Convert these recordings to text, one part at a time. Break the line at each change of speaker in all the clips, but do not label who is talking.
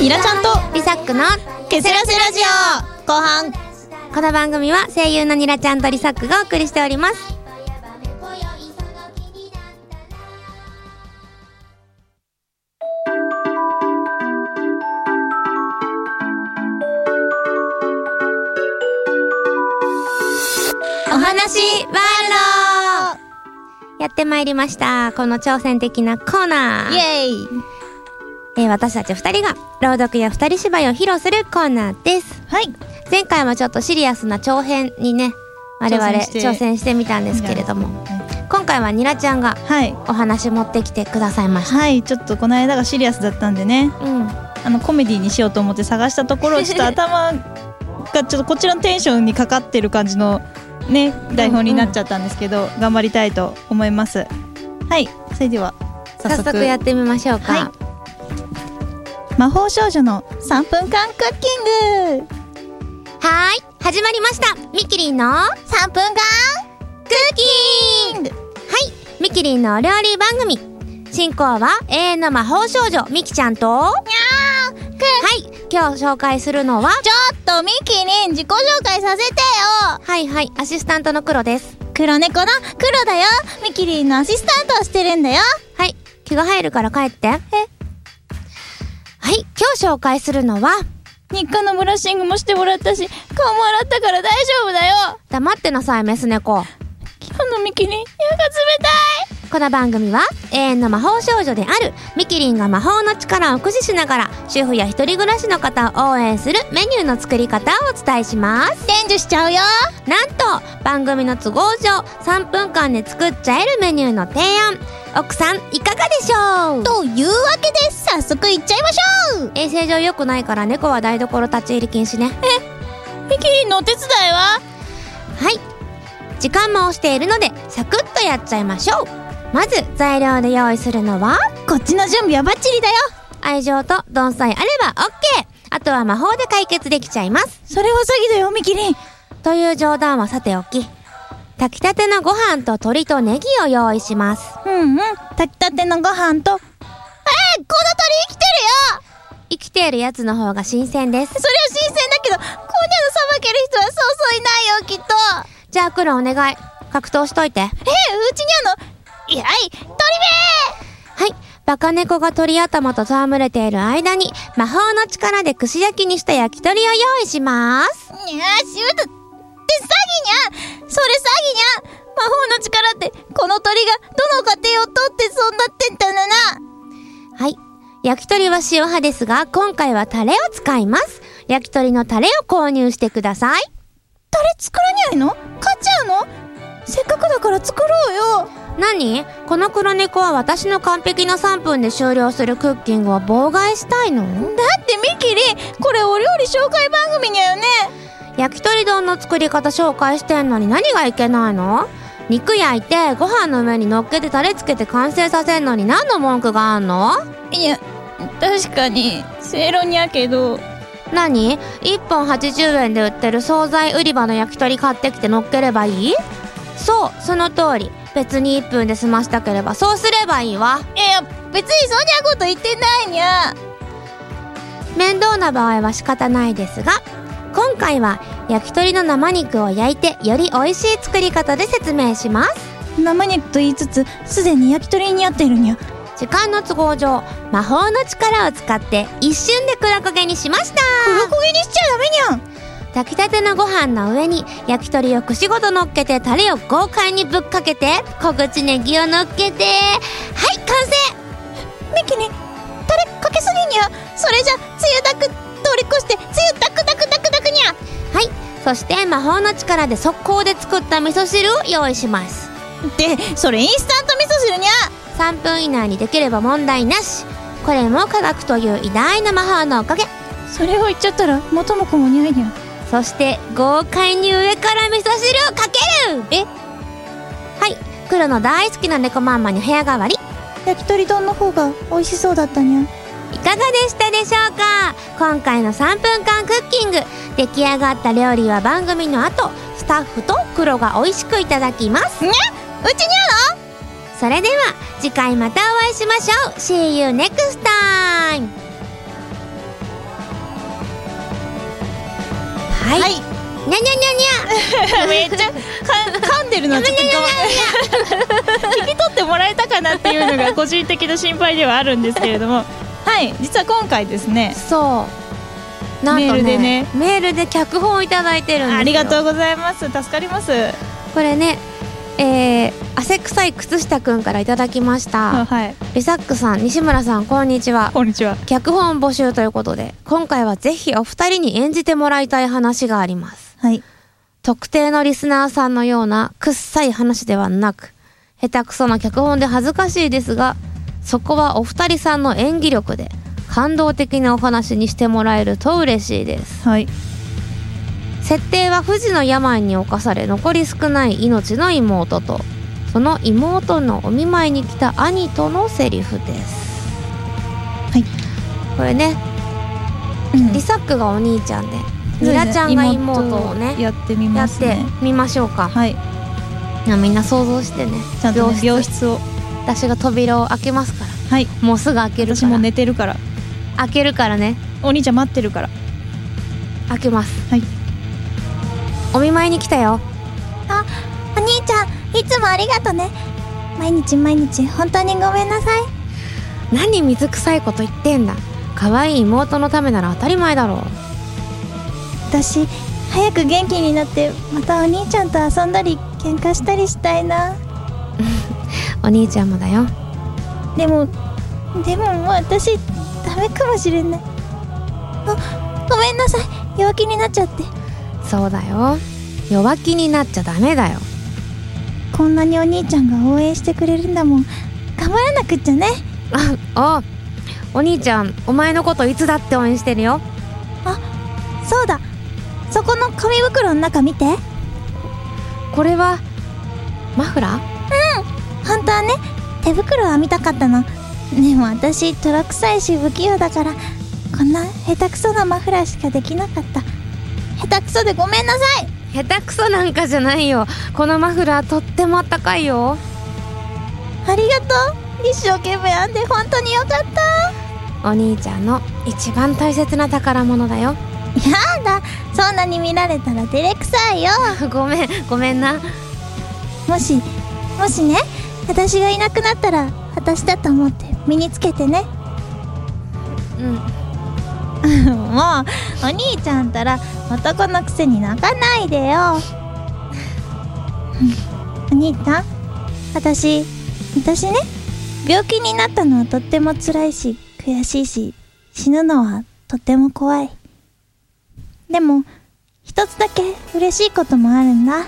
ニラちゃんと
リサックの
ケセラセラジオ後半
この番組は声優のニラちゃんとリサックがお送りしておりますお話ワールドやってまいりましたこの挑戦的なコーナー
イエーイ
えー私たち二人が朗読や二人芝居を披露するコーナーです
はい
前回はちょっとシリアスな長編にね我々
挑戦して
挑戦してみたんですけれども今回はニラちゃんが
はい
お話持ってきてくださいまし
はいちょっとこの間がシリアスだったんでね
たうん
あのコメディにしようと思って探したとこ ろちょっと頭がちょっとこっちらのテンションにかかってる感じのね台本になっちゃったんですけど、頑張りたいと思いますはいそれでは早
早
速
速やってみましょうか、
はい魔法少女の3分間クッキング
はーい始まりましたミキリンの3分間クッキングはいミキリンのお料理番組進行は永遠の魔法少女ミキちゃんとはい今日紹介するのは
ちょっとミキに自己紹介させてよ
はいはいアシスタントの黒です
黒猫の黒だよミキリンのアシスタントをしてるんだよ
はい気が入るから帰ってえはい今日紹介するのは
日課のブラッシングもしてもらったし顔も洗ったから大丈夫だよ
黙ってなさいメス猫
今日のミキリン湯が冷たい
この番組は永遠の魔法少女であるミキリンが魔法の力を駆使しながら主婦や一人暮らしの方を応援するメニューの作り方をお伝えします
伝授しちゃうよ
なんと番組の都合上3分間で作っちゃえるメニューの提案奥さんいかがでしょう
というわけで早速いっちゃいましょう
衛生上良くないから猫は台所立ち入り禁止ね
ミキリンのお手伝い
は
は
い時間も押しているのでサクッとやっちゃいましょうまず材料で用意するのは
こっちの準備はバッチリだよ
愛情とドンさえあれば OK あとは魔法で解決できちゃいます
それは詐欺だよミキリン
という冗談はさておき炊きたてのご飯と鶏とネギを用意します
うんうん炊きたてのご飯とえー、この鳥生きてるよ
生きているやつの方が新鮮です
それは新鮮だけどこんなのさばける人はそうそういないよきっと
じゃあ黒お願い格闘しといては
えうちにあのいやい鳥
いバカ猫が鳥頭と戯れている間に魔法の力で串焼きにした焼き鳥を用意します
めーにゃーしゅうとって詐欺にゃそれ詐欺にゃ魔法の力ってこの鳥がどの家庭を通ってそうなってんだなな
はい。焼き鳥は塩派ですが、今回はタレを使います。焼き鳥のタレを購入してください。
タレ作らにゃいの買っちゃうのせっかくだから作ろうよ
何この黒猫は私の完璧な3分で終了するクッキングを妨害したいの
だってミキリンこれお料理紹介番組にゃよね
焼き鳥丼の作り方紹介してんのに何がいけないの肉焼いてご飯の上に乗っけてタレつけて完成させんのに何の文句があんの
いや確かに正論にゃけど
何 ?1 本80円で売ってる惣菜売り場の焼き鳥買ってきて乗っければいいそう、その通り。別に1分で済ましたければそうすればいいわ。
いや別にそんなこと言ってないにゃ
面倒な場合は仕方ないですが、今回は焼き鳥の生肉を焼いてより美味しい作り方で説明します。
生肉と言いつつすでに焼き鳥に合っているにゃ
時間の都合上、魔法の力を使って一瞬で黒焦げにしました。
黒焦げにしちゃダメにゃ
炊きたてのご飯の上に焼き鳥を串ごと乗っけてタレを豪快にぶっかけて小口ネギを乗っけてはい完成
ミキにタレかけすぎにゃそれじゃつゆだく通り越してつゆだくだくだくだくにゃ
はいそして魔法の力で速攻で作った味噌汁を用意します
でそれインスタント味噌汁にゃ
3分以内にできれば問題なしこれも科学という偉大な魔法のおかげ
それを言っちゃったら元も子もにゃいにゃ
そして豪快に上から味噌汁をかけるえはい黒の大好きな猫マンマに部屋代わり
焼き鳥丼の方が美味しそうだったにゃ
いかがでしたでしょうか今回の3分間クッキング出来上がった料理は番組の後スタッフと黒が美味しくいただきます
にゃうちにゃの
それでは次回またお会いしましょう See you next time! はい。にゃにゃにゃにゃ。
めっちゃか噛んでるのはちょっと我慢聞き取ってもらえたかなっていうの が個人的な心配ではあるんですけれどもはい実は今回ですね
そう。なんとね、
メールでね
メールで脚本をいただいてるんですよ。
ありがとうございます助かります
これね、えー、汗臭い靴下くんからいただきました。
はい
リサックさん、西村さん、こんにちは。
こんにちは
脚本募集ということで、今回はぜひお二人に演じてもらいたい話があります。
はい
特定のリスナーさんのようなくっさい話ではなく下手くそな脚本で恥ずかしいですがそこはお二人さんの演技力で感動的なお話にしてもらえると嬉しいです
はい
設定は富士の病に侵され残り少ない命の妹とその妹のお見舞いに来た兄とのセリフです
はい
これねリサックがお兄ちゃんでミラちゃんが妹をね
やってみ
や
ま
っ
す
て
ね
みましょうか
はい
いやみんな想像してね
ちゃんとね
病
病
室
室を
私が扉を開けますから
はい
もうすぐ開けるから
私もう寝てるから
開けるからね
お兄ちゃん待ってるから
開けます
はい
お見舞いに来たよ
お兄ちゃんいつもありがとね毎日毎日本当にごめんなさい
何水臭いこと言ってんだ可愛い妹のためなら当たり前だろう
私早く元気になってまたお兄ちゃんと遊んだり喧嘩したりしたいな
お兄ちゃんもだよ
でもでももう私ダメかもしれないあごめんなさい弱気になっちゃって
そうだよ弱気になっちゃダメだよ
こんなにお兄ちゃんが応援してくれるんだもん頑張らなくっちゃね
あお兄ちゃんお前のこといつだって応援してるよ
そうだそこの紙袋の中見て
これはマフラー
本当はね手袋は見たかったのでも私泥臭いし不器用だからこんな下手くそなマフラーしかできなかった下手くそでごめんなさい
下手くそなんかじゃないよこのマフラーとってもあったかいよ
ありがとう一生懸命編んで本当によかった
お兄ちゃんの一番大切な宝物だよ
やだそんなに見られたら照れくさいよ
ごめんごめんな
もしもしね私がいなくなったら私だと思って身につけてね
うん
もうお兄ちゃんたら男のくせに泣かないでよ お兄ちゃん私私ね病気になったのはとっても辛いし悔しいし死ぬのはとても怖いでも一つだけ嬉しいこともあるんだ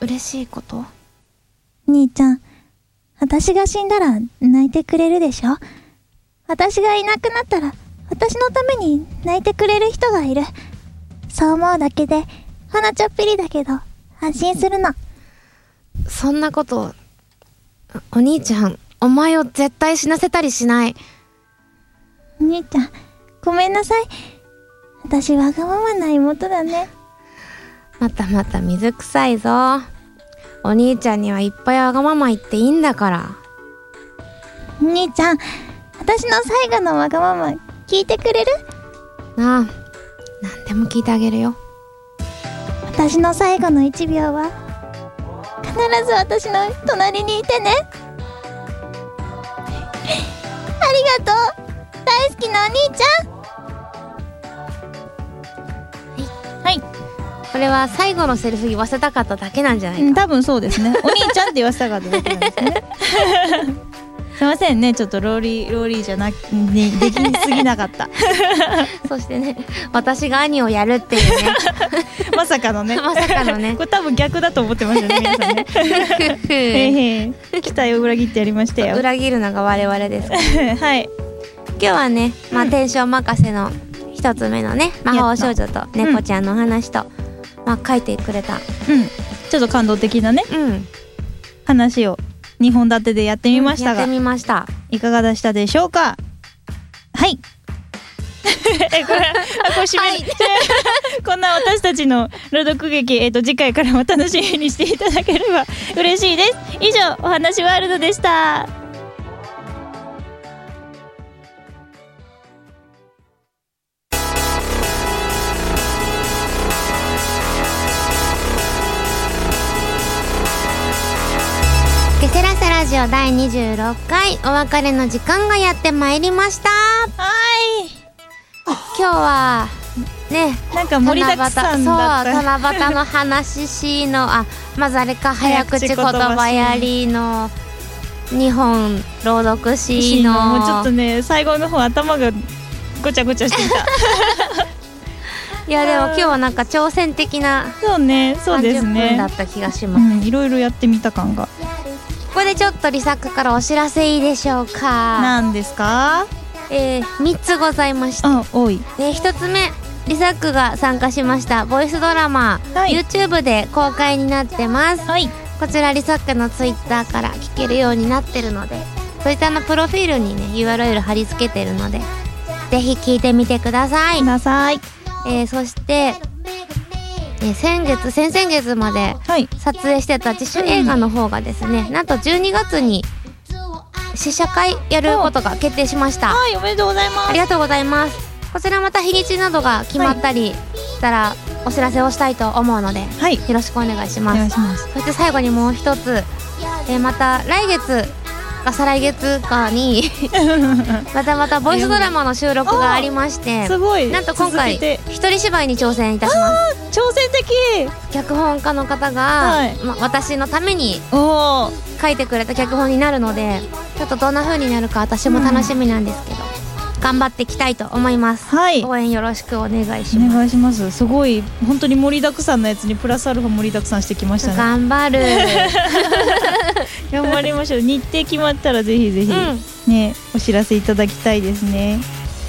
嬉しいこと
兄ちゃん、私が死んだら泣いてくれるでしょ私がいなくなったら、私のために泣いてくれる人がいる。そう思うだけで、ほのちょっぴりだけど、安心するの。
そんなことお兄ちゃんお前を絶対死なせたりしない
兄ちゃん、ごめんなさい。私わがままな妹だね。
またまた水臭いぞお兄ちゃんにはいっぱいわがまま言っていいんだから
兄ちゃん、私の最後のわがまま、聞いてくれる
なあ何でも聞いてあげるよ
私の最後の1秒は、必ず私の隣にいてね。 ありがとう大好きなお兄ちゃん
はい
これは最後のセリフ言わせたかっただけなんじゃない
うん、
か
多分そう ですね。お兄ちゃんって言わせたかっただけなんですね。すいませんね、ちょっとローリー、ローリーじゃなく、ね、できすぎなか った。
そしてね私が兄をやるっていうね
まさかの ね。
まさかのね
これ多分逆だと思ってましたね、皆 さんね。へーへー期待を裏切 ってやりましたよ。
裏切るのが我々ですから
はい。
今日はね、まあ、テンション任せの一つ目のね魔法少女と猫ちゃんの話と、まあ書いてくれた
うん。ちょっと感動的なね、
うん
話を2本立てでやってみました
や
が
って、みました
いかがでしたでしょうかはい。 え、これ、あ、これ締めるこんな私たちの朗読劇、えっ、と、次回からも楽しみにしていただければ 嬉しいです。以上、お話ワールドでした。
ラジオ第26回お別れの時間がやってまいりました
はい
今日はね
なんか盛りだくさんだった
そう七夕の話しのあまずあれか早口言葉やりの日本朗読しの
もうちょっとね最後の方頭がごちゃごちゃしてた
いやでも今日はなんか挑戦的な
そうねそうで
30
す
分だ
ね
った気がし
う
ます、
んいろいろやってみた感が
ここでちょっとリサックからお知らせいいでしょうか
なんですか
えー、3つございまして
あ多い
で1つ目リサックが参加しましたボイスドラマ、
はい
YouTube で公開になってます
はい
こちらリサックの Twitter から聞けるようになってるので Twitter のプロフィールにね URL 貼り付けてるのでぜひ聞いてみてください
く、ださい
えーそして、えー先月先々月まで
はい
撮影してた自主映画の方がですね、なんと12月に試写会やることが決定しました
はいおめでとうございま
ありがとうございます。こちらまた日にちなどが決まったりしたらお知らせをしたいと思うので、
はい
よろしくお願いし
お
ます。
願いします
そして最後にもう一つ、えーまた来月か再来月かに またまたボイスドラマの収録がありまして
すごい
なんと今回
続けて
一人芝居に挑戦いたします
挑戦的
脚本家の方が、
はい
ま、私のために
おお
書いてくれた脚本になるのでちょっとどんな風になるか私も楽しみなんですけど、頑張っていきたいと思います
はい
応援よろしくお願いし
お
ます。
願いしますすごい本当に盛りだくさんのやつにプラスアルファ盛りだくさんしてきましたね
頑張る。
頑張りましょう日程決まったらぜひぜひ、
う
ねお知らせいただきたいですね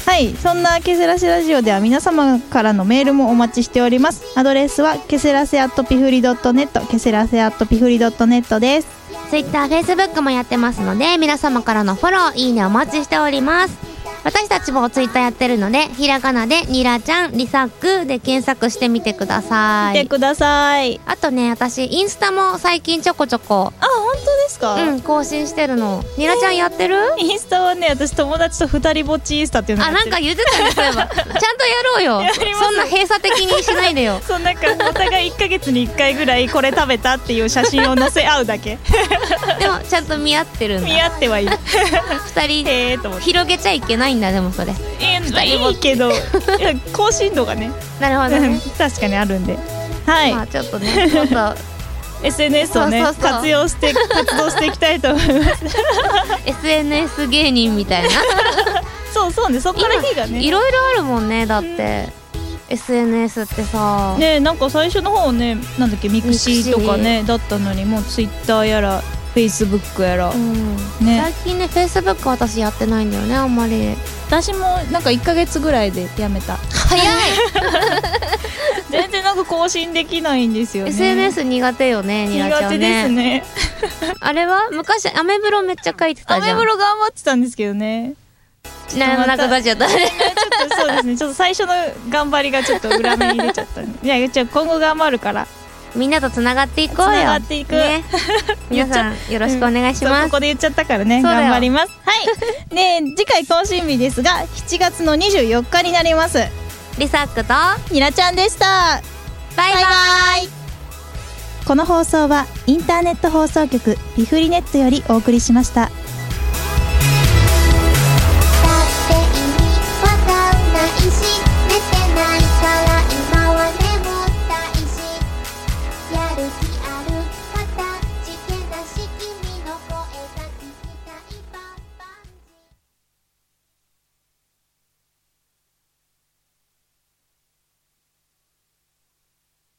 はいそんなケセラセラジオでは皆様からのメールもお待ちしておりますアドレスはケセラセアットピフリドットネットケセラセアットピフリドットネットです
Twitter、Facebook もやってますので、皆様からのフォロー、いいねお待ちしております。私たちも Twitter やってるので、ひらがなでニラちゃん、リサックで検索してみてくださ
見て
い。
ください
あとね、私、インスタも最近ちょこちょこ、
あ本当ですか、
うん、更新してるの。ニラちゃんやってる
インスタはね私友達と二人ぼっちインスタっていうのを
あ、
やっ
な
て
んか言
る
ってたね、そういえ ば。ちゃんとやろうよ
やり。ます
そんな閉鎖的にしないでよ。
そうなんかお互い1か月に1回ぐらいこれ食べたっていう写真を載せ合うだけ
でも、ちゃんと見合ってるんだ
見。合ってはいる
二人で
へえと思って
広げちゃいけないんだ、でもそれ。
えいいけどい や更新度がね
なるほどね。
確かにあるんではい、
まあちょっとね、ちょっ と
SNS をね
そうそうそう
活用して活動していきたいと思います
SNS 芸人みたいな。
そうそうねそっから日が
い
ね
ろいろあるもんね、だって。SNS ってさ。
ねなんか最初の方ねなんだっけミクシーとかねだったのにもうツイッターやらフェイスブックやら、
うん
ね
最近ね、Facebook 私やってないんだよね、あんまり。
私もなんか1か月ぐらいでやめた
早い
全然なんか更新できないんですよね
!SNS 苦手よね、ニラちゃ
苦手
ん
で
ね。
すね
あれは昔、アメブロめっちゃ書いて
ア
たじ
メ
ゃん。
ブロ頑張ってたんですけどね
ななくなっちゃった。
ちょっとそうですねちょっと最初の頑張りがちょっと裏目に出ちゃったねいやじゃあ今後頑張るから
みんなとつながっていこうよ。
つながっていく
ね皆さん、よろしくお願いし
そう
ま
こ
す。
こで言っちゃったからね
そうだよ
頑張りますはいで次回更新日ですが7月の24日になります
リサックと、バイ
ニラちゃんでした
バイ
この放送はインターネット放送局ピフリネットよりお送りしました